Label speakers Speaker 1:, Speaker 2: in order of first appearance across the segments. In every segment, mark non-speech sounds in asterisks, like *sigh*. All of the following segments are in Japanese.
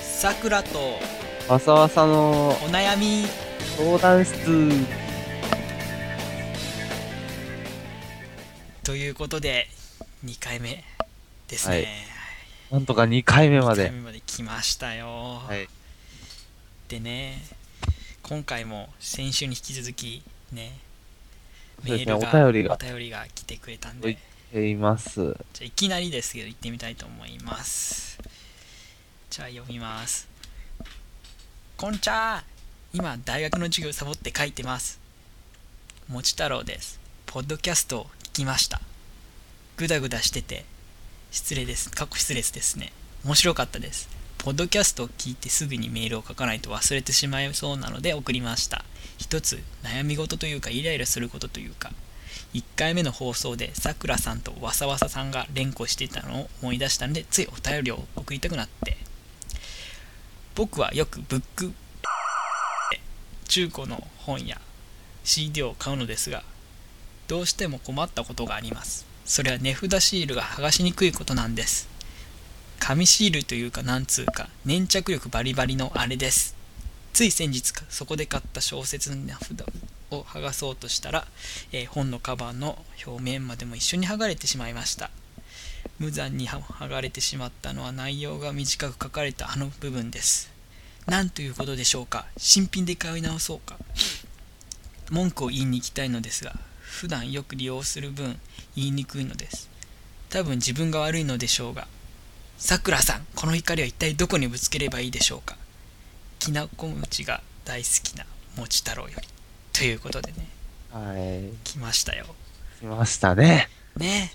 Speaker 1: さくらと
Speaker 2: わさわさの
Speaker 1: お悩み
Speaker 2: 相談室。
Speaker 1: ということで2回目です
Speaker 2: は
Speaker 1: ね
Speaker 2: い、なんとか2回目ま
Speaker 1: 2回
Speaker 2: で。
Speaker 1: 目まで来ましたよ、
Speaker 2: はい。
Speaker 1: でね今回も先週に引き続きね
Speaker 2: そうですねお便りが
Speaker 1: お便りが来てくれたん
Speaker 2: は
Speaker 1: で
Speaker 2: いえいます。
Speaker 1: じゃあいきなりですけど行ってみたいと思いますじゃあ読みますこんちゃー今大学の授業サボって書いてますもち太郎ですポッドキャストを聞きましたグダグダしてて失礼ですかっこ失礼ですね面白かったですポッドキャストを聞いてすぐにメールを書かないと忘れてしまいそうなので送りました一つ悩み事というかイライラすることというか1回目の放送でさくらさんとわさわささんが連呼していたのを思い出したのでついお便りを送りたくなって僕はよくブックで中古の本や CD を買うのですがどうしても困ったことがありますそれは値札シールが剥がしにくいことなんです紙シールというかなんつうか粘着力バリバリのあれですつい先日かそこで買った小説の値札を剥がそうとしたらえー本のカバーの表面までも一緒に剥がれてしまいました無残には剥がれてしまったのは内容が短く書かれたあの部分ですなんということでしょうか新品で買い直そうか文句を言いに行きたいのですが普段よく利用する分言いにくいのです多分自分が悪いのでしょうがさくらさんこの怒りは一体どこにぶつければいいでしょうかきなこ餅が大好きな餅太郎よりということでね
Speaker 2: はい。
Speaker 1: 来ましたよ
Speaker 2: 来ましたね。
Speaker 1: ね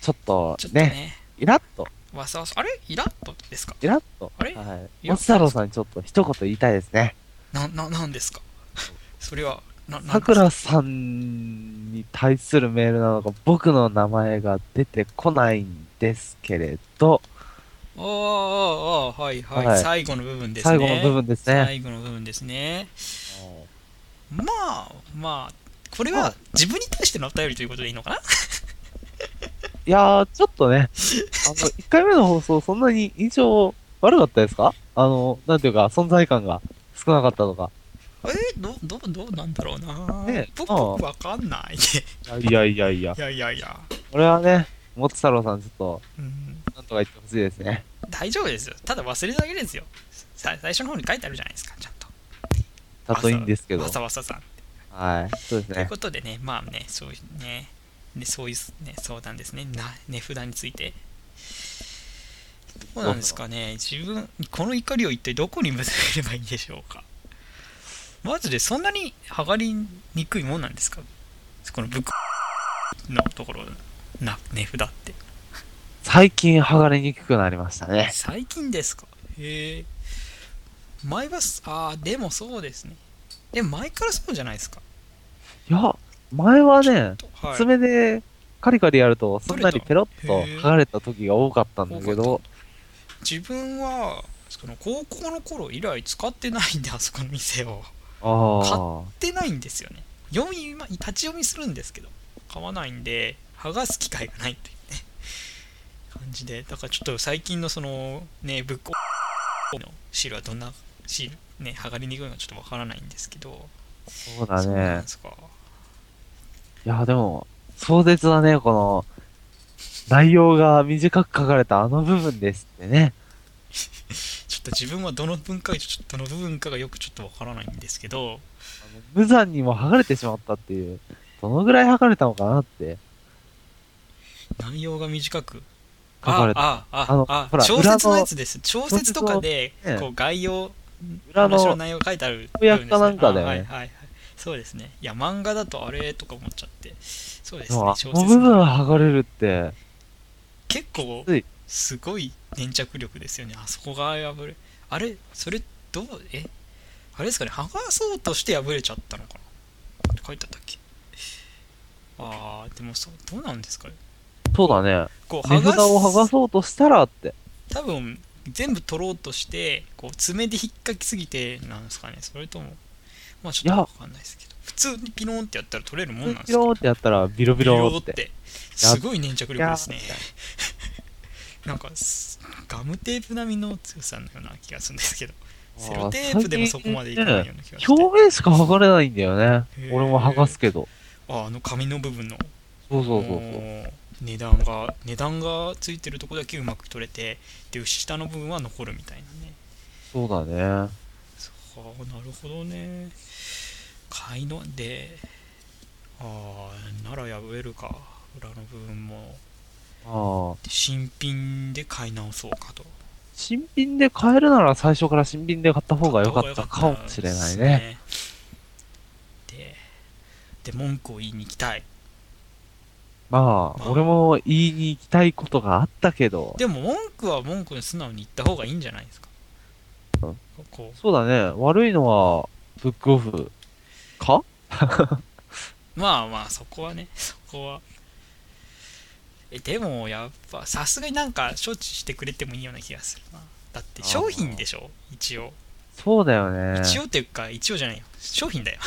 Speaker 2: ちょっと
Speaker 1: ちょっ、とね
Speaker 2: ね、イラッと、
Speaker 1: わさわさあれイラッとですか
Speaker 2: イラッと。
Speaker 1: あれ
Speaker 2: はい。
Speaker 1: イラッと
Speaker 2: もち太郎さんにちょっと一言言いたいですね。
Speaker 1: なななんですか *laughs* それはななんですか
Speaker 2: さくらさんに対するメールなのか、僕の名前が出てこないんですけれど、
Speaker 1: おーおーおーはいはい、
Speaker 2: はい
Speaker 1: 最後の部分ですね
Speaker 2: 最後の部分ですね。
Speaker 1: 最後の部分ですねまあまあこれは自分に対してのお便りということでいいのかない
Speaker 2: やー、ちょっと *laughs* ね、あの、1回目の放送、そんなに印象悪かったですかあの、なんていうか、存在感が少なかったとか。
Speaker 1: えーどどどうなんだろうな、
Speaker 2: ね
Speaker 1: 僕
Speaker 2: ああ
Speaker 1: わかんない *laughs* い
Speaker 2: いやいやいや。
Speaker 1: やいやいや、
Speaker 2: これはね、もつ太郎さん、ちょっ
Speaker 1: うん、
Speaker 2: と、なんとか言ってほしいですね。
Speaker 1: 大丈夫ですよただ忘れただけですよさ最初の方に書いてあるじゃないですかちゃんと
Speaker 2: たといいんですけど
Speaker 1: わ。さわささん
Speaker 2: はい。そうです
Speaker 1: という
Speaker 2: ね。
Speaker 1: ことでね、まあね、そういうね、でそういう、ね、相談ですね、な値札について。どうなんですかね、自分、この怒りを一体どこにぶつければいいんでしょうか。マジでそんなに剥がりにくいもんなんですかこのブックのところな値札って。
Speaker 2: 最近、剥がれにくくなりましたね。
Speaker 1: 最近ですかへえ。前はす、ああ、でもそうですね。でも前からそうじゃないですか。
Speaker 2: いや、前はね、
Speaker 1: とはい
Speaker 2: 爪でカリカリやると、そんなにペロッと
Speaker 1: 取れたへー
Speaker 2: 剥がれた時が多かったんだけ
Speaker 1: 多
Speaker 2: ど
Speaker 1: か、自分はその高校の頃以来使ってないんであそこの店を
Speaker 2: ああ、
Speaker 1: 買ってないんですよね読みま立ち読みするんですけど買わないんで剥がす機会がないというね感じでだからちょっと最近のそのねブックオフのシールはどんなシールね剥がれにくいのかちょっとわからないんですけど
Speaker 2: そうだ
Speaker 1: そうなん
Speaker 2: ね
Speaker 1: で。すか
Speaker 2: いや、でも、壮絶だね、この、内容が短く書かれたあの部分ですってね。
Speaker 1: ちょっと自分はどの文化ちょっとどの部分かがよくちょっとわからないんですけど
Speaker 2: あの無残にも剥がれてしまったっていう、どのぐらい剥がれたのかなって。
Speaker 1: 内容が短く
Speaker 2: 書かれた
Speaker 1: あああ
Speaker 2: あの
Speaker 1: あ
Speaker 2: ほら
Speaker 1: 小説のやつです小説とかで
Speaker 2: 小説をね
Speaker 1: こう概要
Speaker 2: 裏の
Speaker 1: 話の内容が書いてある
Speaker 2: 翻訳かなんかだ
Speaker 1: あ
Speaker 2: よね
Speaker 1: はいはいはいそうですねいや漫画だとあれとか思っちゃってそうで
Speaker 2: です
Speaker 1: ね
Speaker 2: もあ
Speaker 1: 小
Speaker 2: の
Speaker 1: 説
Speaker 2: 部分は剥がれるって、
Speaker 1: 結構
Speaker 2: つい
Speaker 1: すごい粘着力ですよねあそこが破れあれそれどうえあれですかね剥がそうとして破れちゃったのかなって書いてあったっけあーでもそうどうなんですかね
Speaker 2: そうだね。
Speaker 1: こう
Speaker 2: 値
Speaker 1: 剥が
Speaker 2: 札
Speaker 1: す
Speaker 2: を剥がそうとしたらって。
Speaker 1: 多分全部取ろうとしてこう爪で引っかきすぎてなんですかねそれともまあちょっ
Speaker 2: い
Speaker 1: と
Speaker 2: や
Speaker 1: わかんないですけど普通にピローンってやったら取れるもんなんです
Speaker 2: ピ
Speaker 1: か
Speaker 2: ローってやったらビロビローって。
Speaker 1: すごい粘着力ですね
Speaker 2: いや
Speaker 1: *laughs* なんかすガムテープ並みの強さのような気がするんですけどセロ
Speaker 2: あ
Speaker 1: テープでもそこまでいかない
Speaker 2: ね
Speaker 1: ような気がして
Speaker 2: 表面しか剥がれないんだよね
Speaker 1: へ。ー
Speaker 2: 俺も剥がすけど。
Speaker 1: ああの紙の部分の
Speaker 2: そうそうそうそう。
Speaker 1: もう値段が値段がついてるとこだけうまく取れてで下の部分は残るみたいなね
Speaker 2: そうだね。
Speaker 1: そうなるほどね買いのでああなら破れるか裏の部分も
Speaker 2: ああ。
Speaker 1: で新品で買い直そうかと
Speaker 2: 新品で買えるなら最初から新品で買った方が良かったかもしれないね。
Speaker 1: でで文句を言いに行きたい
Speaker 2: ま
Speaker 1: ま
Speaker 2: あ、
Speaker 1: あ
Speaker 2: 俺も言いに行きたいことがあったけど。
Speaker 1: でも文句は文句に素直に言った方がいいんじゃないですか
Speaker 2: うん
Speaker 1: こ
Speaker 2: そうだね。悪いのは、ブックオフ
Speaker 1: う
Speaker 2: か
Speaker 1: まあまあそこはねそこはえでもやっぱさすがになんか処置してくれてもいいような気がするなだって商品でしょ一応
Speaker 2: そうだよね。
Speaker 1: 一応っていうか一応じゃないよ商品だよ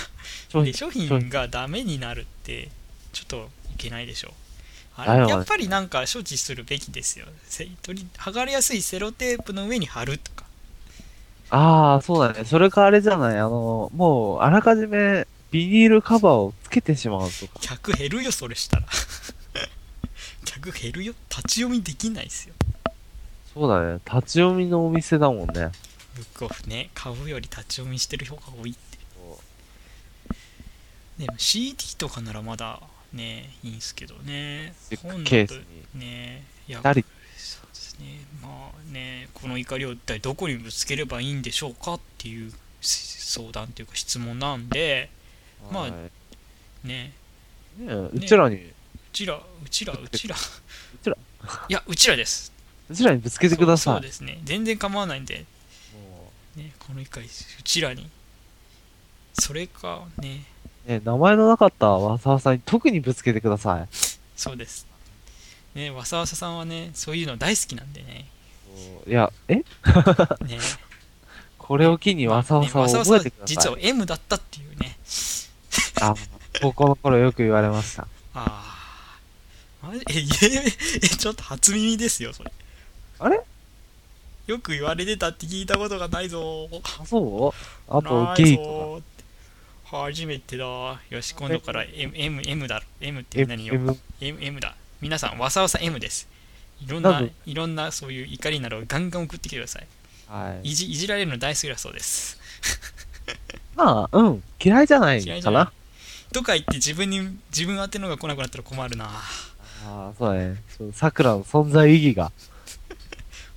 Speaker 2: 商
Speaker 1: で
Speaker 2: 品
Speaker 1: 商
Speaker 2: 商
Speaker 1: 品
Speaker 2: 品
Speaker 1: がダメになるってちょっといけないでしょあ
Speaker 2: だ
Speaker 1: れ
Speaker 2: よね
Speaker 1: やっぱりなんか処置するべきですよせ取り剥がれやすいセロテープの上に貼るとか
Speaker 2: ああ、そうだね。それかあれじゃない。あの、もう、あらかじめ、ビニールカバーをつけてしまうとか。
Speaker 1: 客減るよそれしたら *laughs* 客減るよ立ち読みできないですよ
Speaker 2: そうだね。立ち読みのお店だもんね。
Speaker 1: ブックオフね買うより立ち読みしてる人が多いってでも CD とかならまだねいいんすけどね
Speaker 2: チェッ
Speaker 1: 本
Speaker 2: ク
Speaker 1: だ
Speaker 2: ケースに
Speaker 1: とねいや
Speaker 2: なり、
Speaker 1: そうですねまあねこの怒りを一体どこにぶつければいいんでしょうかっていう相談というか質問なんでまあ
Speaker 2: はい
Speaker 1: ね
Speaker 2: ねうちらに、
Speaker 1: うちらうちらうちらう
Speaker 2: ちら
Speaker 1: いやうちらです
Speaker 2: うちらにぶつけてくだ
Speaker 1: そ
Speaker 2: さ
Speaker 1: う
Speaker 2: い。
Speaker 1: ですね全然構わないんで
Speaker 2: も
Speaker 1: ねこの怒りうちらにそれかね
Speaker 2: うね、名前のなかったわさわさんに特にぶつけてください。
Speaker 1: そうですねわさわささんはねそういうの大好きなんで
Speaker 2: *laughs*
Speaker 1: ね
Speaker 2: いや、え
Speaker 1: ね
Speaker 2: これを機にわさわ
Speaker 1: ね
Speaker 2: さを覚えてください。
Speaker 1: 実は M だったっていうね
Speaker 2: あ高校の頃よく言われました。
Speaker 1: ああ。 *laughs* マジえ、いえ、え、ちょっと初耳ですよ、それ。
Speaker 2: あれ
Speaker 1: よく言われてたって聞いたことがないぞー。
Speaker 2: あ、そうあと
Speaker 1: な、い
Speaker 2: ゲイと
Speaker 1: ぞー初めてだー。よし、今度から M、M、M だろ。M っ
Speaker 2: か。
Speaker 1: て
Speaker 2: M
Speaker 1: 何よ。
Speaker 2: M
Speaker 1: M、M だ。皆さん、わさわさ M です。いろん
Speaker 2: な
Speaker 1: な
Speaker 2: ぜ、
Speaker 1: いろんなそういう怒りなどをガンガン送ってきてください。
Speaker 2: はい。
Speaker 1: いじいじられるの大好きだそうです。
Speaker 2: まあ、うん、嫌いじゃない
Speaker 1: 嫌いじ
Speaker 2: か
Speaker 1: ゃない
Speaker 2: な。
Speaker 1: とか言って自分に、自分宛てのが来なくなったら困るな
Speaker 2: ああ、そうだね。そう桜の存在意義が、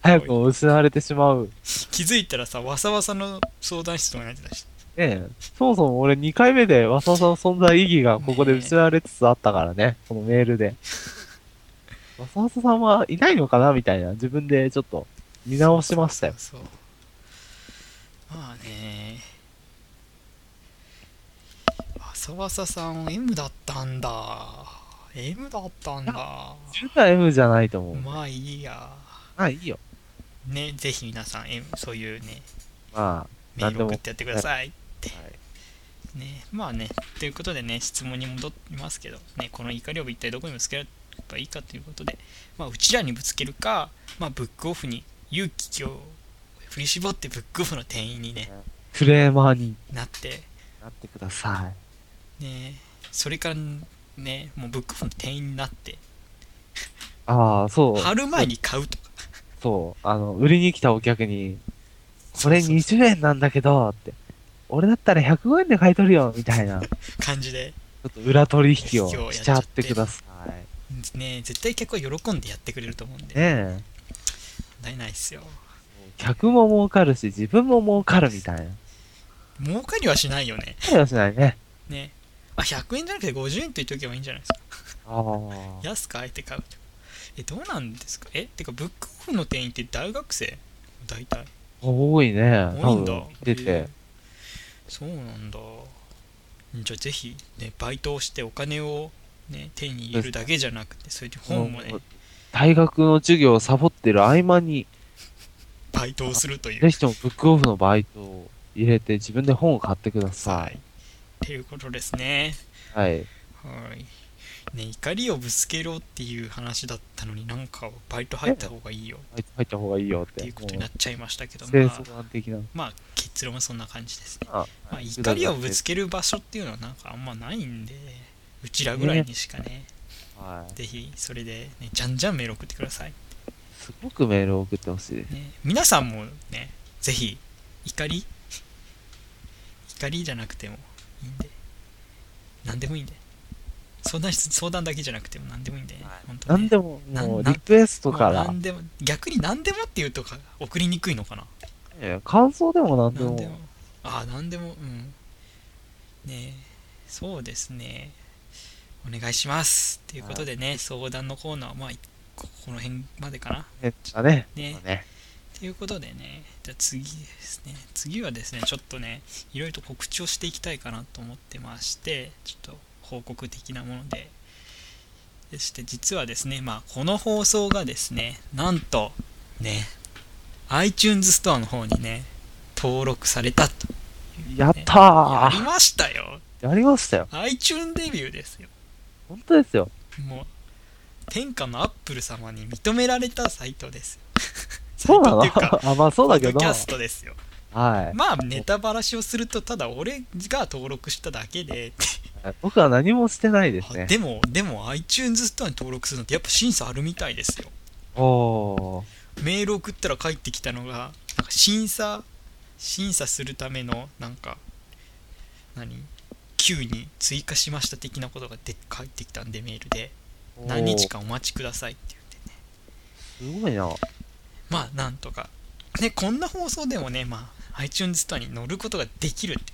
Speaker 2: 早くも失われてしまう。
Speaker 1: 気づいたらさ、わさわさの相談室とかになってたし。
Speaker 2: ねえ、そもそも俺2回目でわさわさの存在意義がここで失われつつあったからね、このメール *laughs* で。わさわささんはいないのかなみたいな、自分でちょっと見直しましたよ。
Speaker 1: そうまあね浅浅さんは M だったんだ M だったんだ
Speaker 2: 10代 M じゃないと思う。
Speaker 1: まあいいや
Speaker 2: あ、いいよ。
Speaker 1: ねぜひ皆さん M そういうね
Speaker 2: ま
Speaker 1: メー
Speaker 2: 何
Speaker 1: ル
Speaker 2: でも
Speaker 1: 送ってやってください
Speaker 2: あ、
Speaker 1: ねまあねということでね質問に戻りますけどねこの怒りを一体どこにぶつければいいかということでまあうちらにぶつけるかまあブックオフに勇気を振り絞ってブックオフの店員にね
Speaker 2: クレーマーに
Speaker 1: なって
Speaker 2: なってくださ
Speaker 1: ねそれからねもうブックオフの店員になって
Speaker 2: い。ああ、そう。
Speaker 1: 貼る前に買うとか
Speaker 2: そう。あの、売りに来たお客に、これ
Speaker 1: そうそうそ
Speaker 2: 20円なんだけど、って。俺だったら105円で買い取るよ、みたいな。ち
Speaker 1: う感じで
Speaker 2: ょっと裏取引をしちゃってください。ね
Speaker 1: ね絶対客は喜んでやってくれると思うんで
Speaker 2: え。
Speaker 1: 問題ないっすよ
Speaker 2: 客も儲かるし、自分も儲かるみたいな。
Speaker 1: 儲かりはしないよね
Speaker 2: そうはしないね。
Speaker 1: ねあ100円じゃなくて50円と言っておけばいいんじゃないですか
Speaker 2: ああ。
Speaker 1: 安くあえて買うとえどうなんですかえてかブックオフの店員って大学生大体
Speaker 2: 多いね。
Speaker 1: 多いんだ
Speaker 2: 多分出
Speaker 1: へ
Speaker 2: て
Speaker 1: え。そうなんだじゃあぜひねバイトをしてお金をね手に入れるだけじゃなくてそういう本もね
Speaker 2: 大学の授業をサボってる合間に、
Speaker 1: バイトをするという
Speaker 2: ぜひともブックオフのバイトを入れて、自分で本を買ってくださ
Speaker 1: はいっていうことですね
Speaker 2: い。はい。
Speaker 1: はいね怒りをぶつけろっていう話だったのになんかバイト入った方がいいよ
Speaker 2: 入っ入った方がいいよっ
Speaker 1: って
Speaker 2: て。
Speaker 1: いうことになっちゃいましたけど
Speaker 2: もう
Speaker 1: ま
Speaker 2: 清
Speaker 1: あ
Speaker 2: 楚感的な。
Speaker 1: まあ結論はそんな感じですね
Speaker 2: ま
Speaker 1: まあ怒りをぶつける場所っていうのはなんかあんまないんでうちらぐらいにしかね
Speaker 2: はい。
Speaker 1: ぜひそれでねじゃんじゃんメール送ってください
Speaker 2: すごくメールを送ってほしいです。
Speaker 1: ね、皆さんもね、ぜひ、怒り *laughs* 怒りじゃなくてもいいんで、何でもいいんで、相談し相談だけじゃなくても何でもいいんで、
Speaker 2: はい
Speaker 1: 本当ね
Speaker 2: 何でも、
Speaker 1: な
Speaker 2: もう、
Speaker 1: な
Speaker 2: リクエストか
Speaker 1: もう
Speaker 2: ら
Speaker 1: 何、でも逆に何でもって言うとか送りにくいのかな。
Speaker 2: ええ感想でも何で
Speaker 1: 何で
Speaker 2: も
Speaker 1: も。。ああ、何でも、うん。ねえそうですね。お願いします。ということでね、相談のコーナーは、まあ、ここの辺までかな。
Speaker 2: えっとね。
Speaker 1: ね
Speaker 2: まあね。
Speaker 1: ということでね、じゃあ次ですね、次はですね、ちょっとね、いろいろと告知をしていきたいかなと思ってまして、ちょっと報告的なもので、でして実はですね、まあ、この放送がですね、なんと、ね、iTunes ストアの方にね、登録されたと。
Speaker 2: やった
Speaker 1: あり
Speaker 2: ー
Speaker 1: ましたよ
Speaker 2: やりましたよ。
Speaker 1: !iTunes デビューですよ。
Speaker 2: 本当ですよ。
Speaker 1: もう、天下のアップル様に認められたサイト
Speaker 2: *laughs*
Speaker 1: です。サイ
Speaker 2: そうな
Speaker 1: ト
Speaker 2: の
Speaker 1: *laughs* っていうか、
Speaker 2: あ、まあそうだけ
Speaker 1: ポッド
Speaker 2: ど
Speaker 1: キ。ャストですよ。
Speaker 2: はい。
Speaker 1: まあネタばらしをするとただ俺が登録しただけで、
Speaker 2: 僕は何もしてないですね。
Speaker 1: でもでも iTunes ストアに登録するのってやっぱ審査あるみたいですよ
Speaker 2: おー。
Speaker 1: メール送ったら返ってきたのがなんか審査審査するためのなんか何 Q に追加しました的なことがで返ってきたんでメールで何日間お待ちくださいって言ってね
Speaker 2: おー。すごいな。
Speaker 1: まあなんとかねこんな放送でもねまあ iTunes ストアに乗ることができるってい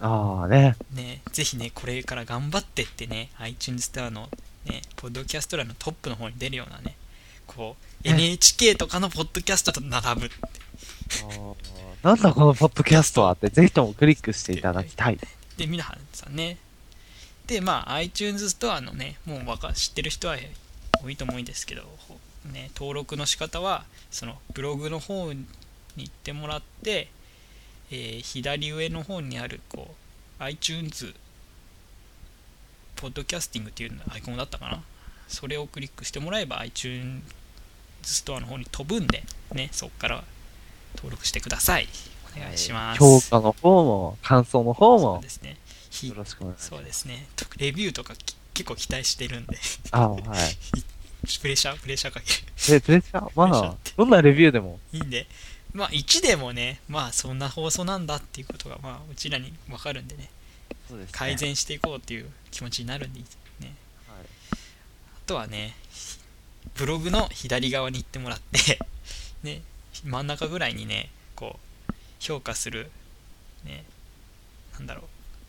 Speaker 1: う
Speaker 2: ああね。
Speaker 1: ね、ぜひね、これから頑張ってってね、iTunes ストアの、ね、ポッドキャスト欄のトップの方に出るようなね、こう、
Speaker 2: ね
Speaker 1: NHK とかのポッドキャストと並ぶって
Speaker 2: あーなんだこのポッドキャストはって、ぜひともクリックしていただきたい。
Speaker 1: で、皆さんね。で、まあ、iTunes ストアのね、もうわか知ってる人は多いと思うんですけど、ほね、登録の仕方は、そのブログの方に行ってもらって、えー左上の方にある、こう、iTunes、ポッドキャスティングっていうのアイコンだったかな。それをクリックしてもらえば iTunes ストアの方に飛ぶんで、ね、そこから登録してください。お願いします。
Speaker 2: 評価の方も、感想の方
Speaker 1: そう
Speaker 2: も
Speaker 1: で、すね。ひ
Speaker 2: よろしくお願いし
Speaker 1: そ
Speaker 2: ま
Speaker 1: う
Speaker 2: す。
Speaker 1: ですね。とレビューとかき結構期待してるんで、 *laughs*
Speaker 2: あーはい。
Speaker 1: プレッシャー、プレッシャーかける。
Speaker 2: で、プレッシャー、ま
Speaker 1: プレッシャー
Speaker 2: あ
Speaker 1: って、
Speaker 2: どんなレビューでも、
Speaker 1: いいんで、まあ1でもね、まあそんな放送なんだっていうことが、まあうちらに分かるんでね、
Speaker 2: そうですね
Speaker 1: 改善していこうっていう気持ちになるんでいいですね。
Speaker 2: はい
Speaker 1: あとはね、ブログの左側に行ってもらって、 *laughs* ね、真ん中ぐらいにね、こう、評価する、ね、なんだろ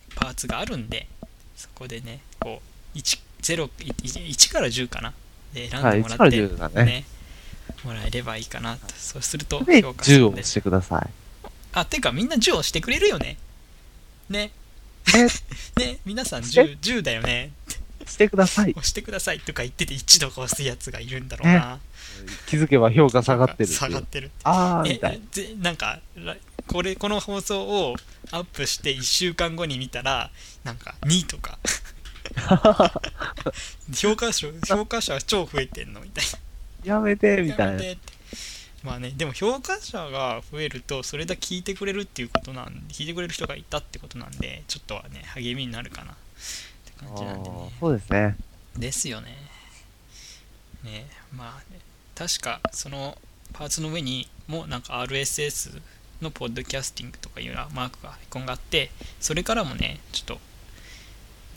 Speaker 1: う、パーツがあるんで、そこでね、こう、1, 0 1から10かなで選ん
Speaker 2: は
Speaker 1: で
Speaker 2: い、
Speaker 1: もらっ
Speaker 2: 1から
Speaker 1: て、
Speaker 2: 10だね。
Speaker 1: ね、もらえればいいかなと。そうすると
Speaker 2: で、
Speaker 1: 評価す
Speaker 2: 10
Speaker 1: る
Speaker 2: を
Speaker 1: んで
Speaker 2: 押。してください。
Speaker 1: あ、てかみんな10をしてくれるよね。ね。 *laughs* ね、皆さん10、10だよね。
Speaker 2: してください。
Speaker 1: 押してくださいとか言ってて1度か押すやつがいるんだろうな。
Speaker 2: 気づけば評価下がってるっていう。
Speaker 1: 下がってる
Speaker 2: あー、み
Speaker 1: え
Speaker 2: たい
Speaker 1: ぜなんからこれこの放送をアップして1週間後に見たらなんか2と
Speaker 2: *laughs*
Speaker 1: か評価者評価者は超増えてんのみたい
Speaker 2: な。やめて、
Speaker 1: な
Speaker 2: みたい
Speaker 1: やめ
Speaker 2: な。
Speaker 1: てってまあねでも評価者が増えるとそれだけ聞いてくれるっていうことなん聞いてくれる人がいたってことなんでちょっとはね励みになるかなって感
Speaker 2: あ
Speaker 1: じなんでね
Speaker 2: ーそうですね。
Speaker 1: ですよね。ねまあ、確かそのパーツの上にもなんか RSS のポッドキャスティングとかいうマークが、アイコンがあって、それからもね、ちょっと、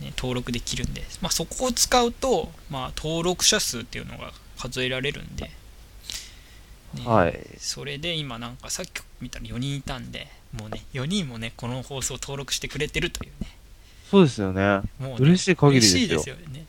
Speaker 1: ね、登録できるんで、まあ、そこを使うと、まあ、登録者数っていうのが数えられるんで、ね
Speaker 2: はい。
Speaker 1: それで今なんかさっき見たら4人いたんで、もうね、4人もね、この放送を登録してくれてるというね、
Speaker 2: そうですよね。
Speaker 1: もうね
Speaker 2: 嬉しい限りで
Speaker 1: 嬉
Speaker 2: す
Speaker 1: しいで
Speaker 2: よ
Speaker 1: す。よね。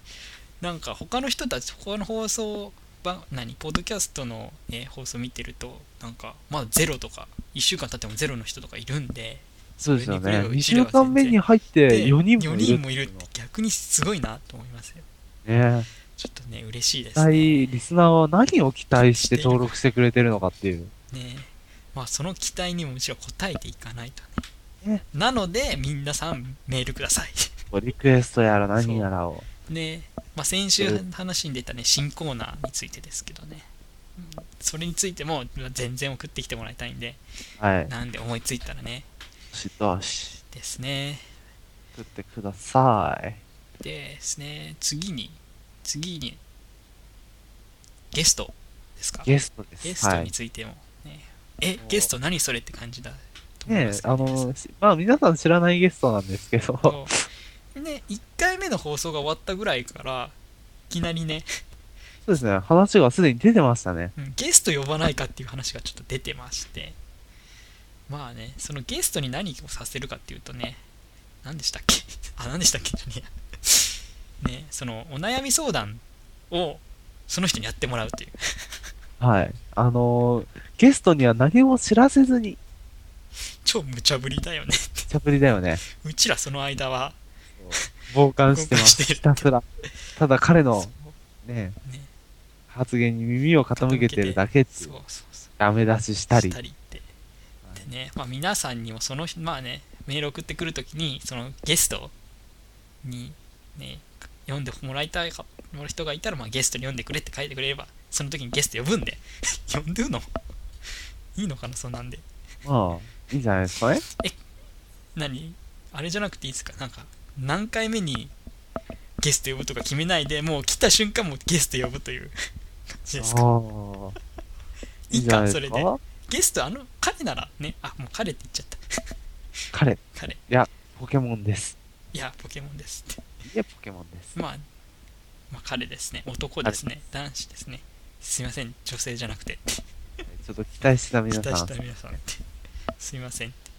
Speaker 1: なんか他の人たち、他の放送番、何、ポッドキャストの、ね、放送見てると、なんか、まだゼロとか、1週間経ってもゼロの人とかいるんで、
Speaker 2: そうですよね。
Speaker 1: それに
Speaker 2: 2
Speaker 1: 比べれ
Speaker 2: 週
Speaker 1: ば全然
Speaker 2: 間目に入って
Speaker 1: で
Speaker 2: 4人も
Speaker 1: 四
Speaker 2: いる。
Speaker 1: 人もいるって逆にすごいなと思いますよ。
Speaker 2: ね
Speaker 1: ちょっとね、嬉しいで
Speaker 2: 期
Speaker 1: すね。
Speaker 2: 待、リスナーは何を期待して登録してくれてるのかっていう。
Speaker 1: ねまあ、その期待にもむしろ応えていかないとね。
Speaker 2: ね
Speaker 1: なので、皆さんメールください。
Speaker 2: リクエストやら何やらを。
Speaker 1: で、まあ、先週話に出たね新コーナーについてですけどねうんそれについても全然送ってきてもらいたいんで
Speaker 2: はい。
Speaker 1: なんで思いついたらね
Speaker 2: しどし、
Speaker 1: ですね
Speaker 2: 作ってください。
Speaker 1: ですね次に次にゲストですか
Speaker 2: ゲストです。
Speaker 1: ゲスト
Speaker 2: は
Speaker 1: に
Speaker 2: い。
Speaker 1: ついても、ねえゲスト何それって感じだと思い
Speaker 2: ね
Speaker 1: ま
Speaker 2: え
Speaker 1: す、け
Speaker 2: あ
Speaker 1: どね
Speaker 2: の、しまあ皆さん知らないゲストなんですけど、
Speaker 1: そうね1回目の放送が終わったぐらいからいきなりね、
Speaker 2: そうですね、話がすでに出てましたね。
Speaker 1: うんゲスト呼ばないかっていう話がちょっと出てましてまあねそのゲストに何をさせるかっていうとね何でしたっけ *laughs* あ何でしたっけじゃねえやねそのお悩み相談をその人にやってもらうっていう
Speaker 2: はい。あのーゲストには何も知らせずに、
Speaker 1: 超無茶ぶりだよね *laughs*
Speaker 2: ちゃぶりだよね。
Speaker 1: うちらその間は
Speaker 2: 傍観して
Speaker 1: 傍
Speaker 2: ま
Speaker 1: 観して
Speaker 2: す。
Speaker 1: る
Speaker 2: ひたすら。ただ彼の
Speaker 1: そ、
Speaker 2: ね、
Speaker 1: うね
Speaker 2: 発言に耳を傾けてるだけってい
Speaker 1: そう
Speaker 2: う、
Speaker 1: そうそう
Speaker 2: ダメ出ししたり
Speaker 1: し。たりってでね、まあ、皆さんにもそのまあねメール送ってくるときにそのゲストにね読んでもらいたいかもらう人がいたら、まあ、ゲストに読んでくれって書いてくれればその時にゲスト呼ぶんで *laughs* 呼んでるの *laughs* いいのかなそんなんで
Speaker 2: まあ、いいんじゃないですかね。
Speaker 1: 何あれじゃなくていいですかなんか何回目にゲスト呼ぶとか決めないでもう来た瞬間もうゲスト呼ぶという *laughs* 感じですか
Speaker 2: ああ。
Speaker 1: いいかそれで
Speaker 2: か
Speaker 1: ゲストあの彼ならねあもう彼って言っちゃった
Speaker 2: 彼、
Speaker 1: 彼
Speaker 2: ポケモンです。
Speaker 1: いやポケモンですって
Speaker 2: いや、ポケモンです。
Speaker 1: まあ、まあ、彼ですね、男ですね、男子ですね。すいません、女性じゃなくて、
Speaker 2: ちょっと期待してた皆
Speaker 1: 下
Speaker 2: さ
Speaker 1: し
Speaker 2: ん。
Speaker 1: た皆さんって、すいませんって。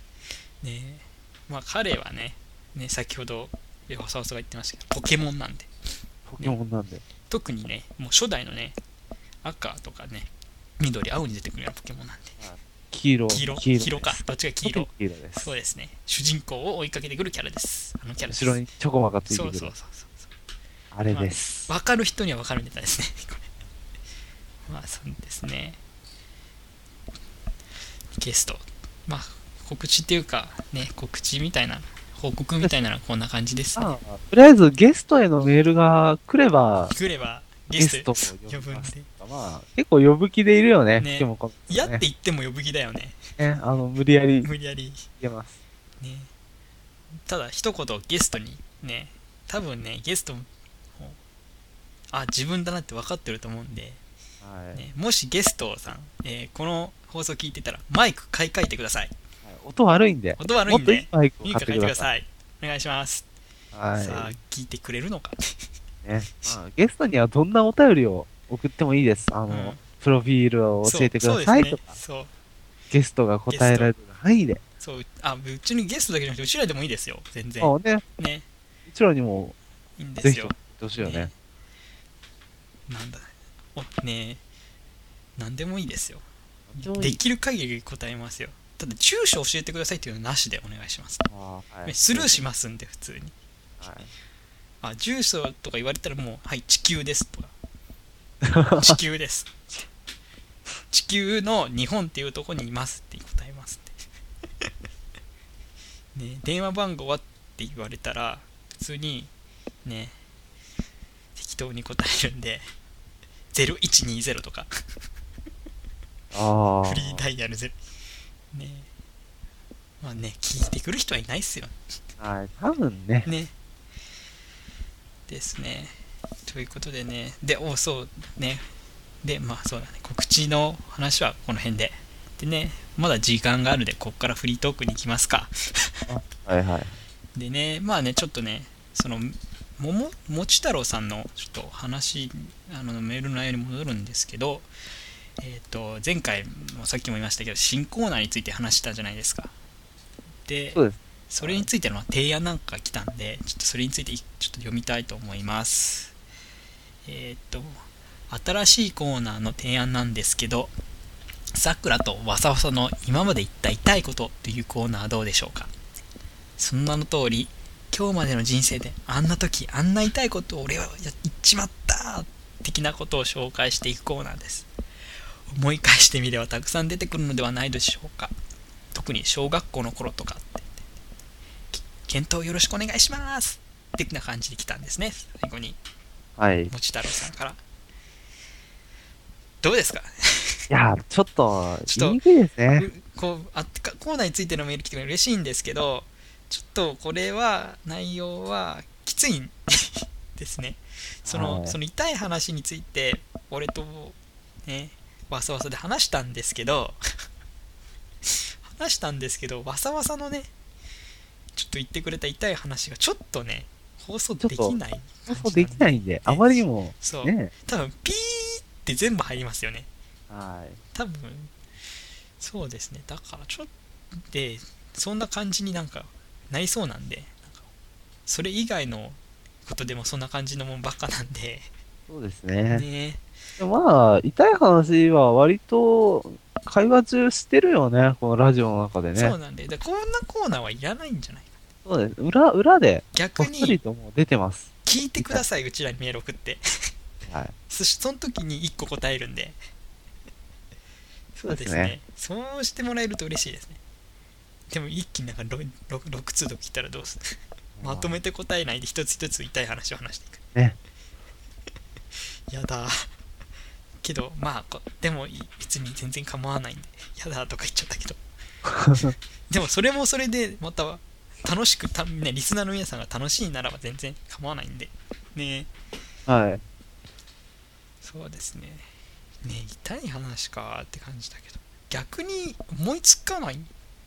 Speaker 1: ねえまあ、彼はね、ね先ほど、わさわさが言ってましたけど、ポケモンなんで、
Speaker 2: ポケモンなんで。
Speaker 1: 特にね、もう初代のね、赤とかね、緑、青に出てくるようなポケモンなんで、
Speaker 2: 黄色。
Speaker 1: 黄色、
Speaker 2: 黄
Speaker 1: 黄
Speaker 2: 色
Speaker 1: 色か、どっちが黄色。
Speaker 2: 黄色です。
Speaker 1: そうですね、主人公を追いかけてくるキャラです。あのキャラです。
Speaker 2: 後ろにチョコマがついて
Speaker 1: そ
Speaker 2: く
Speaker 1: う
Speaker 2: る。
Speaker 1: そうそうそう。
Speaker 2: あれです。
Speaker 1: 分かる人には分かるネタですね *laughs* これまあそうですねゲストまあ告知っていうかね告知みたいな報告みたいなのはこんな感じですね
Speaker 2: まあ、とりあえずゲストへのメールが来れば、
Speaker 1: 来ればゲ
Speaker 2: ゲ
Speaker 1: ス
Speaker 2: ス
Speaker 1: ト
Speaker 2: トを
Speaker 1: 呼ぶ
Speaker 2: 呼ぶ
Speaker 1: ん
Speaker 2: ん
Speaker 1: で
Speaker 2: で。まあ、結構呼ぶ気でいるよね。
Speaker 1: ね
Speaker 2: でもこの
Speaker 1: 嫌って言っても呼ぶ気だよね
Speaker 2: ね、あの、無理やり
Speaker 1: 無理やり
Speaker 2: 言えます。
Speaker 1: ねただ一言ゲストにね多分ねゲストもあ自分だなって分かってると思うんで、
Speaker 2: はい。はい
Speaker 1: ね、もしゲストさん、えーこの放送聞いてたらマイク買い替えてください
Speaker 2: 音悪いんで。
Speaker 1: 音悪い
Speaker 2: もっ
Speaker 1: ん
Speaker 2: と
Speaker 1: で
Speaker 2: いいマイク
Speaker 1: い
Speaker 2: を
Speaker 1: い
Speaker 2: 買
Speaker 1: か書
Speaker 2: って
Speaker 1: いて
Speaker 2: く
Speaker 1: く
Speaker 2: だ
Speaker 1: だ
Speaker 2: さい。
Speaker 1: さい。お願いします。さ
Speaker 2: は
Speaker 1: あ、聞いてくれるのか。
Speaker 2: い。ね。まあ、ゲストにはどんなお便りを送ってもいいです。あ
Speaker 1: うん
Speaker 2: の、プロフィールを教えてください
Speaker 1: そう
Speaker 2: と
Speaker 1: そう
Speaker 2: か
Speaker 1: で、すね。
Speaker 2: ゲストが答えられる範囲で。
Speaker 1: そう。そう。あ、うちにゲストだけじゃなくて、うちらでもいいですよ。全然
Speaker 2: ま。あね、う
Speaker 1: ね。
Speaker 2: ちらにも
Speaker 1: いいんで
Speaker 2: ぜ
Speaker 1: す
Speaker 2: ひ
Speaker 1: よ
Speaker 2: 送っ。てほしいよね。
Speaker 1: なんだ。お、ねえ。なんでもいいですよ。
Speaker 2: でもい
Speaker 1: で
Speaker 2: い
Speaker 1: きる限り答えますよ。ただ、住所教えてくださいっていうのはなしでお願いします。
Speaker 2: あーはい
Speaker 1: スルーしますんで、普通に。
Speaker 2: はい
Speaker 1: あ、住所とか言われたらもう、はい、地球ですとか。地球です。地球の日本っていうところにいますって答えますって。ね、電話番号はって言われたら、普通に、ね、適当に答えるんで、0120とか、
Speaker 2: あ
Speaker 1: フリー
Speaker 2: ー
Speaker 1: ダイヤル0。ね、まあね、聞いてくる人はいないっすよ
Speaker 2: はい、多分ね。
Speaker 1: ね。ですね。ということでね、で、おそうね。で、まあそうだね、告知の話はこの辺で。でね、まだ時間があるので、こっからフリートークに行きますか。
Speaker 2: はいはい。
Speaker 1: でね、まあね、ちょっとね、その、もも、もち太郎さんのちょっと話、あの、メールの内容に戻るんですけど、えっ、と、前回もさっきも言いましたけど、新コーナーについて話したじゃないですか。で、
Speaker 2: そうです。
Speaker 1: それについての提案なんかが来たんで、ちょっとそれについていちょっと読みたいと思います。えーっと、新しいコーナーの提案なんですけど、さくらとわさわさの今まで言った痛いことというコーナーどうでしょうかその名の通り、今日までの人生であんな時あんな痛いことを俺はや言っちまった的なことを紹介していくコーナーです。思い返してみればたくさん出てくるのではないでしょうか特に小学校の頃とかって検討よろしくお願いします的な感じで来たんですね最後に
Speaker 2: はい。い
Speaker 1: もち太郎さんからどうですか
Speaker 2: や、ちょっと、
Speaker 1: ちょっと
Speaker 2: 言いにくいですね。
Speaker 1: こうあかコーナーについてのメール来てくれる嬉しいんですけどちょっとこれは内容はきついんです
Speaker 2: *laughs*
Speaker 1: ねその,、
Speaker 2: はい
Speaker 1: その痛い話について俺とねわさわさで話したんですけど *laughs* 話したんですけどわさわさのねちょっと言ってくれた痛い話がちょっとね放送できない
Speaker 2: 放送できないいんで、あまりにも、
Speaker 1: そう、
Speaker 2: ね。
Speaker 1: 多分ピーって全部入りますよね
Speaker 2: はい。
Speaker 1: 多分そうですねだからちょっとでそんな感じになんかなりそうなんでなんかそれ以外のことでもそんな感じのもんばっかなんで
Speaker 2: そうですね。
Speaker 1: ね
Speaker 2: でまあ、痛い話は割と会話中してるよね、このラジオの中でね。
Speaker 1: そうなんででこんなコーナーはいらないんじゃないか
Speaker 2: そうです。裏、裏で、こ
Speaker 1: 逆
Speaker 2: っそり
Speaker 1: に
Speaker 2: ともう出てます。
Speaker 1: 聞いてくださいうちらにメール送って
Speaker 2: はい。
Speaker 1: そしその時に1個答えるんでそうですねそうしてもらえると嬉しいですねでも一気になんか 6, 6通とか来たらどうするまとめて答えないで一つ一つ痛い話を話していく。
Speaker 2: ね。
Speaker 1: やだ。けど、まあ、こでもいい別に全然構わないんで、やだとか言っちゃったけど。でもそれもそれで、また楽しくた、ね、リスナーの皆さんが楽しいならば全然構わないんで。ね
Speaker 2: *laughs* はい。
Speaker 1: そうですね。ね痛い話かって感じだけど。逆に思いつかない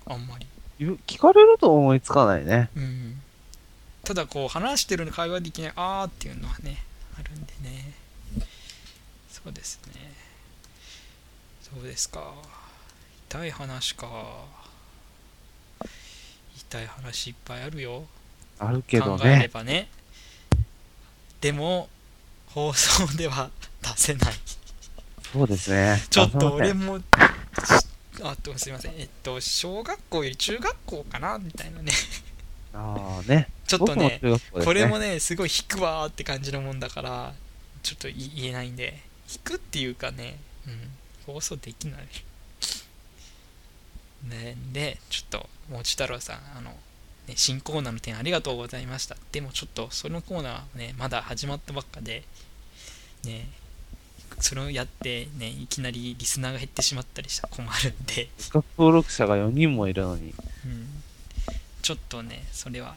Speaker 1: あんまり。
Speaker 2: 言う聞かれると思いつかないね。
Speaker 1: うん。ただこう話してるの会話できないあーっていうのはねあるんでねそうですねそうですか痛い話か痛い話いっぱいあるよ
Speaker 2: あるけど
Speaker 1: 考えれ
Speaker 2: ね。
Speaker 1: ばねでも放送では *laughs* 出せない
Speaker 2: そうですね。
Speaker 1: ちょっと
Speaker 2: あすい
Speaker 1: 俺
Speaker 2: ま
Speaker 1: もあとすいませんえっと小学校より中学校かなみたいなね
Speaker 2: せんああね。
Speaker 1: ちょっと
Speaker 2: 僕も
Speaker 1: ね
Speaker 2: 中学校ですね。
Speaker 1: これもねすごい引くわーって感じのもんだからちょっとい言えないんで引くっていうかね、うん、放送できないねでちょっともち太郎さんあの、ね、新コーナーの点ありがとうございましたでもちょっとそのコーナーはねまだ始まったばっかでねそれをやってねいきなりリスナーが減ってしまったりしたら困るんで
Speaker 2: せっかく登録者が4人もいるのに。
Speaker 1: うんちょっとね、それは、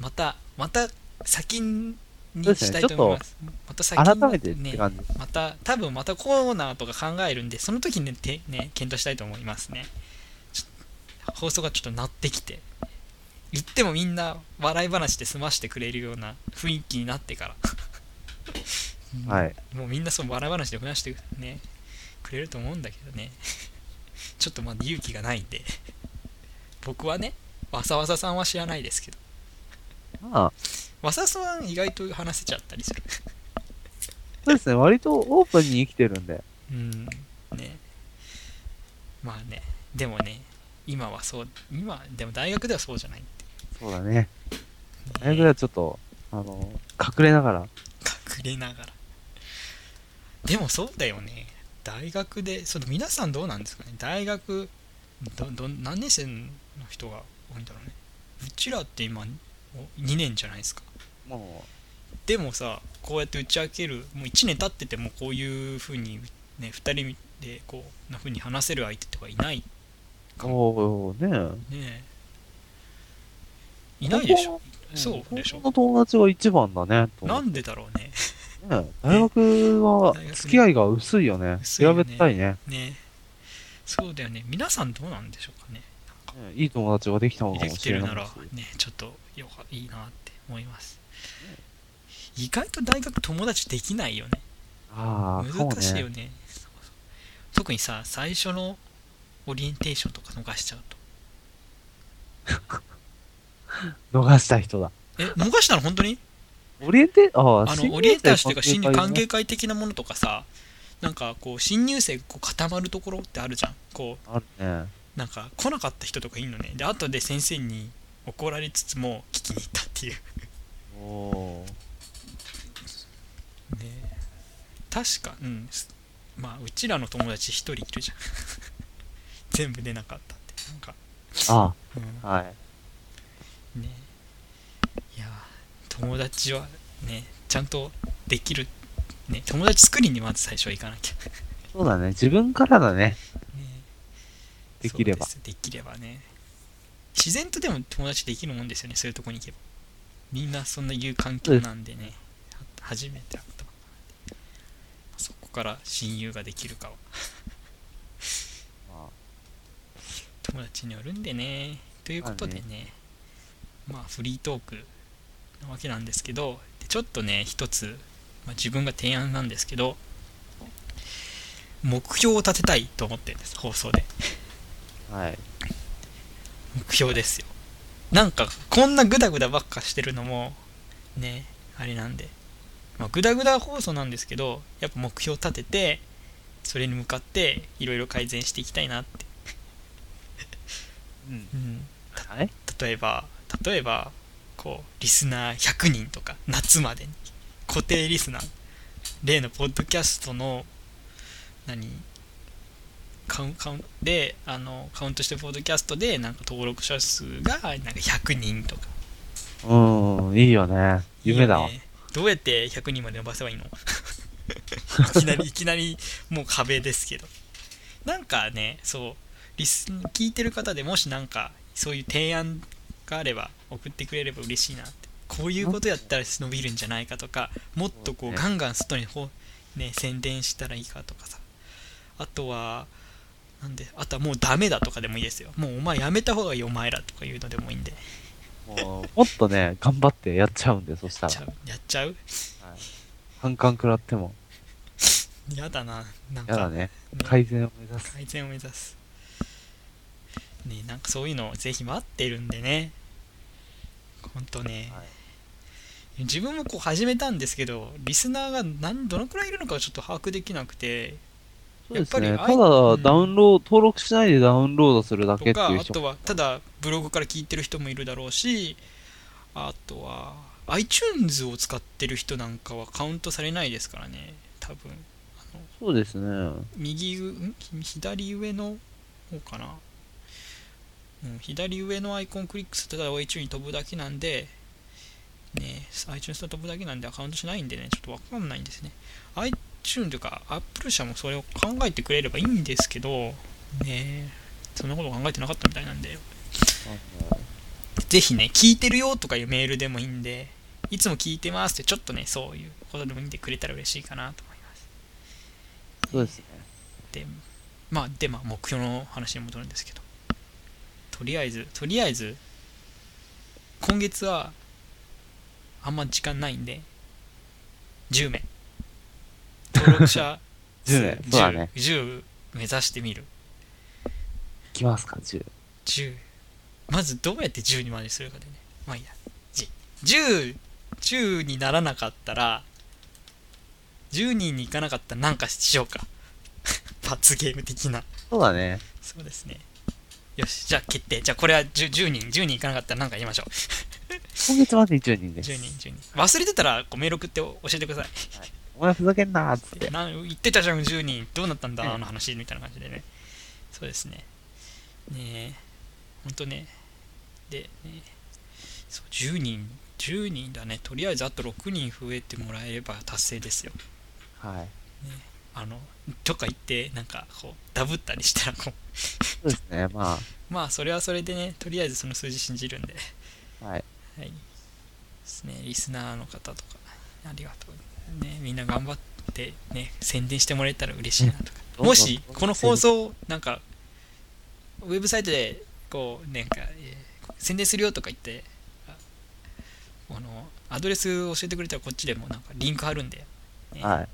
Speaker 1: また、また先にしたいと思います。また先
Speaker 2: 改
Speaker 1: に
Speaker 2: めてって
Speaker 1: ね、
Speaker 2: 感じ。
Speaker 1: また、多分またコーナーとか考えるんで、その時にね、てね検討したいと思いますね。ちょ放送がちょっとなってきて、言ってもみんな笑い話で済ましてくれるような雰囲気になってから。うん
Speaker 2: はい。
Speaker 1: もうみんなその笑い話で増やしてね、くれると思うんだけどね。 *laughs* ちょっとまだ勇気がないんで。僕はね、わさわささんは知らないですけど、
Speaker 2: まあ、
Speaker 1: わさわささん意外と話せちゃったりする。
Speaker 2: そうですね。割とオープンに生きてるんで。
Speaker 1: うん、ね。まあね、でもね、今はそう、今、でも大学ではそうじゃない。
Speaker 2: そうだね。大学ではちょっと、あの、隠れながら。
Speaker 1: 隠れながら。でもそうだよね。大学で、その皆さんどうなんですかね。大学、ど、ど、何年生の人が多いんだろうね。うちらって今、2年じゃないですか。
Speaker 2: も
Speaker 1: でもさ、こうやって打ち明ける、もう1年経っててもこういうふうに、ね、2人でこうなふうに話せる相手とかいないね
Speaker 2: う、おーね
Speaker 1: いないでしょ。
Speaker 2: え。
Speaker 1: そうでしょ
Speaker 2: 高。校の友達が一番だね。と
Speaker 1: なんでだろうね。
Speaker 2: ね大学は
Speaker 1: 大学ね
Speaker 2: 付き合いが薄いよね。
Speaker 1: 薄いよ
Speaker 2: 調
Speaker 1: ね
Speaker 2: べたいね。
Speaker 1: ね。そうだよね。皆さんどうなんでしょうかね。
Speaker 2: ねいい友達ができたのか
Speaker 1: で
Speaker 2: も
Speaker 1: き
Speaker 2: してれ
Speaker 1: る
Speaker 2: ない
Speaker 1: なら
Speaker 2: し
Speaker 1: ねちょっとよかいいなって思います意外と大学友達できないよね
Speaker 2: ああ、かも
Speaker 1: 難しいよ
Speaker 2: ね。
Speaker 1: ねそうそう特にさ最初のオリエンテーションとか逃しちゃうと
Speaker 2: 逃した人だ。 *laughs*
Speaker 1: え逃したの本当に
Speaker 2: オリエンテ、ああ、
Speaker 1: あ
Speaker 2: 新
Speaker 1: の
Speaker 2: 入生
Speaker 1: オリエンテーションっていうか新入関
Speaker 2: 関係
Speaker 1: 係会的なものとかさなんかこう新入生こう固まるところってあるじゃんこう
Speaker 2: あるね。
Speaker 1: なんか来なかった人とかいるのねで後で先生に怒られつつも聞きに行ったっていう
Speaker 2: おおー。
Speaker 1: ね確かうんすまあうちらの友達1人いるじゃん *laughs* 全部出なかったってなんか、
Speaker 2: あ
Speaker 1: う
Speaker 2: あ、はい。
Speaker 1: ん、ねいや友達はねちゃんとできる、ね、友達作りにまず最初は行かなきゃ、ね、
Speaker 2: そうだね。自分からだね。できれば
Speaker 1: そうですできればね自然とでも友達できるもんですよねそういうとこに行けばみんなそんな言う環境なんでねは初めて会ったばっかなんでそこから親友ができるかは
Speaker 2: ま
Speaker 1: 友達によるんでねということでねまあフリートークなわけなんですけどでちょっとね一つ、まあ、自分が提案なんですけど目標を立てたいと思ってるんです放送で
Speaker 2: あはい。
Speaker 1: 目標ですよなんかこんなグダグダばっかしてるのもねあれなんで、まあ、グダグダ放送なんですけどやっぱ目標立ててそれに向かっていろいろ改善していきたいなって、
Speaker 2: うん。
Speaker 1: うん、
Speaker 2: はい。
Speaker 1: 例えば例えばこうリスナー100人とか夏までに固定リスナー例のポッドキャストの何カウンカウンであのカウントしてるポッドキャストでなんか登録者数がなんか100人とか
Speaker 2: うん、いいよね。夢だわ。
Speaker 1: いいよねどうやって100人まで伸ばせばいいの *laughs* いきなりいきなりもう壁ですけどなんかねそうリス聞いてる方でもしなんかそういう提案があれば送ってくれれば嬉しいなってこういうことやったら伸びるんじゃないかとかもっとこ
Speaker 2: そう
Speaker 1: う
Speaker 2: ね
Speaker 1: ガンガン外にほ、ね、宣伝したらいいかとかさあとはなんであとはもうダメだとかでもいいですよもうお前やめた方がいいお前らとかいうのでもいいんで
Speaker 2: もうもっとね、頑張ってやっちゃうんで、そした
Speaker 1: や
Speaker 2: ら
Speaker 1: っち。ゃうやっちゃう
Speaker 2: 反感食らっても。
Speaker 1: やだななんか
Speaker 2: やだね。
Speaker 1: ね
Speaker 2: 改善を目指す。
Speaker 1: 改善を目指すねなんかそういうのをぜひ待ってるんでねほんとね、
Speaker 2: はい
Speaker 1: 自分もこう始めたんですけどリスナーが何どのくらいいるのかちょっと把握できなくて
Speaker 2: そうです
Speaker 1: や
Speaker 2: ね。
Speaker 1: っぱ
Speaker 2: た
Speaker 1: り
Speaker 2: だ、
Speaker 1: うん
Speaker 2: ダウンロード、登録しないでダウンロードするだけ
Speaker 1: と
Speaker 2: って
Speaker 1: か
Speaker 2: いう
Speaker 1: あ
Speaker 2: 人
Speaker 1: と
Speaker 2: も。
Speaker 1: はただブログから聞いてる人もいるだろうしあとは iTunes を使ってる人なんかはカウントされないですからね多分あの
Speaker 2: そうですね。
Speaker 1: 右ううん左上の方かな、うん、左上のアイコンクリックするとただ OHU に飛ぶだけなんで、ね、iTunes と飛ぶだけなんでアカウントしないんでねちょっとわかんないんですね iTunes というか Apple 社もそれを考えてくれればいいんですけどねそんなこと考えてなかったみたいなんでぜひね、聞いてるよとかいうメールでもいいんで、いつも聞いてますって、ちょっとね、そういうことでもいいんでくれたら嬉しいかなと思います。
Speaker 2: そうですね。
Speaker 1: で、まあ、で、まあ、目標の話に戻るんですけど、とりあえず、とりあえず、今月は、あんま時間ないんで、10名。登録
Speaker 2: *laughs*
Speaker 1: 者数
Speaker 2: 10名そうだね
Speaker 1: 10, 10目指してみる。
Speaker 2: いきますか、10。
Speaker 1: 10まずどうやって10にまでするかでねまあいいや1010 10にならなかったら10人に行かなかったらなんかしようか *laughs* 罰ゲーム的な
Speaker 2: そうだね。
Speaker 1: そうですねよしじゃあ決定じゃあこれは 10, 10人10人行かなかったらなんか言いましょう
Speaker 2: 今月まで10人です。
Speaker 1: 10人10人忘れてたらこうメール送って教えてください
Speaker 2: お前ふざけんなーっつって。
Speaker 1: なん言ってたじゃん10人どうなったんだ
Speaker 2: うん
Speaker 1: あの話みたいな感じでねそうですねねえほんとねでねそう10人10人だねとりあえずあと6人増えてもらえれば達成ですよ
Speaker 2: はい。
Speaker 1: あのとか言ってなんかこうダブったりしたらこ
Speaker 2: そうですね。ま
Speaker 1: うまあそれはそれでねとりあえずその数字信じるんで
Speaker 2: あ、はい。
Speaker 1: はい。ですね、リスナーの方とか、ありがとう。ね、みんな頑張って、ね、宣伝してもらえたら嬉しいなとか。
Speaker 2: うん
Speaker 1: も
Speaker 2: ど
Speaker 1: し
Speaker 2: んどん、
Speaker 1: この放送、なんか、ウェブサイトで、こう、なんか、えー宣伝するよとか言って、ああの、アドレス教えてくれたらこっちでも、なんか、リンク貼るんで、ね
Speaker 2: は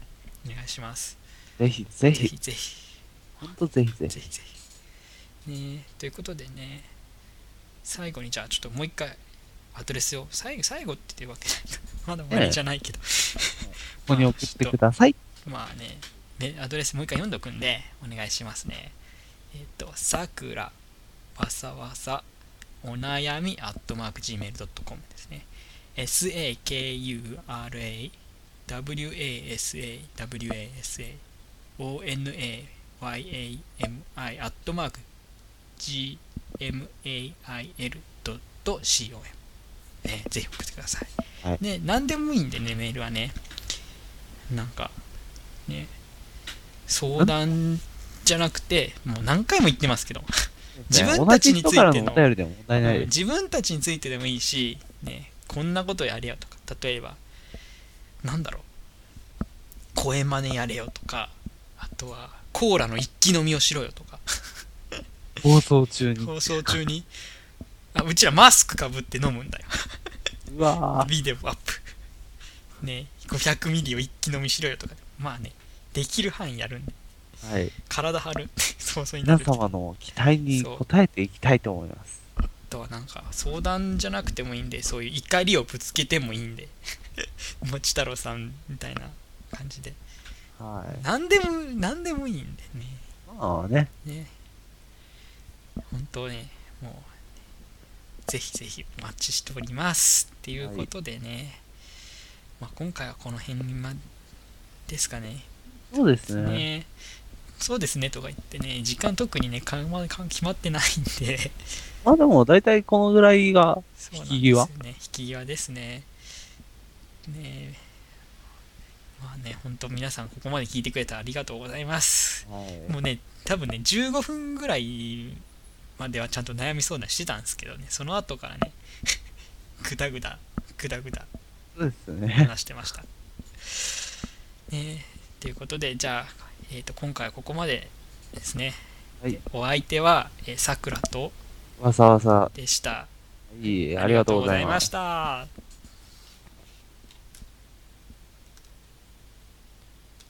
Speaker 2: い。
Speaker 1: お願いします。
Speaker 2: ぜひ
Speaker 1: ぜ
Speaker 2: ぜひ
Speaker 1: ひ、ぜひ。
Speaker 2: ほんとぜひぜひ。
Speaker 1: ぜひぜひ。ねえということでね、最後にじゃあちょっともう一回アドレスを、最後最後って言うわけないか。まだ終わりじゃないけど、
Speaker 2: ここに送ってください。
Speaker 1: まあね、ねアドレスもう一回読んどくんで、お願いしますね。えっ、と、さくらわさわさお悩みアットマーク Gmail.com ですね。sakura wasawasa onayami アットマーク gmail.com ね、ぜひ送ってください。
Speaker 2: はい
Speaker 1: ね、何でもいいんでね、メールはね。なんか、ね、相談じゃなくて、もう何回も言ってますけど、自分たちについての
Speaker 2: 同じ人からのお便りでも問題ないです。
Speaker 1: 自分たちについてでもいいし、ね、こんなことやれよとか、例えば、なんだろう、声真似やれよとか、あとは、コーラの一気飲みをしろよとか、
Speaker 2: 放送中に。
Speaker 1: 放送中に、あうちらマスクかぶって飲むんだよ。
Speaker 2: うわ
Speaker 1: ビデオアップ。ね、500ミリを一気飲みしろよとか、まあね、できる範囲やるんで、
Speaker 2: ぁ。はい。
Speaker 1: 体張る、 *laughs* そうそうになるけ
Speaker 2: 皆
Speaker 1: ど
Speaker 2: 様の期待に応えていきたいと思います。
Speaker 1: あとはなんか相談じゃなくてもいいんでそういう怒りをぶつけてもいいんで *laughs* もち太郎さんみたいな感じで
Speaker 2: はい。
Speaker 1: 何でも何でもいいんで
Speaker 2: まあね。
Speaker 1: ねね本当ねもうぜひぜひお待ちしておりますっていうことでね、まあ、今回はこの辺まですかね
Speaker 2: そうですね。
Speaker 1: ねそうですねとか言ってね時間特にねかまか決まってないんで
Speaker 2: まあでも、だいたいこのぐらいが、
Speaker 1: そうなんで
Speaker 2: 引き
Speaker 1: す
Speaker 2: 際
Speaker 1: よね引き際ですねねえまあね本当皆さんここまで聞いてくれたらありがとうございます
Speaker 2: はい。
Speaker 1: もうね多分ね15分ぐらいまではちゃんと悩み相談してたんですけどねその後からね *laughs* ぐだぐだぐだぐだ
Speaker 2: そうですね。
Speaker 1: 話してました。ねということで、じゃあ、えー、と今回はここまでですね。
Speaker 2: はい
Speaker 1: お相手は、えーさくらと
Speaker 2: わざわざ、
Speaker 1: でした。
Speaker 2: いい、ありがとうござ
Speaker 1: ありがとうござい
Speaker 2: い
Speaker 1: ま
Speaker 2: ま
Speaker 1: し
Speaker 2: す。
Speaker 1: た。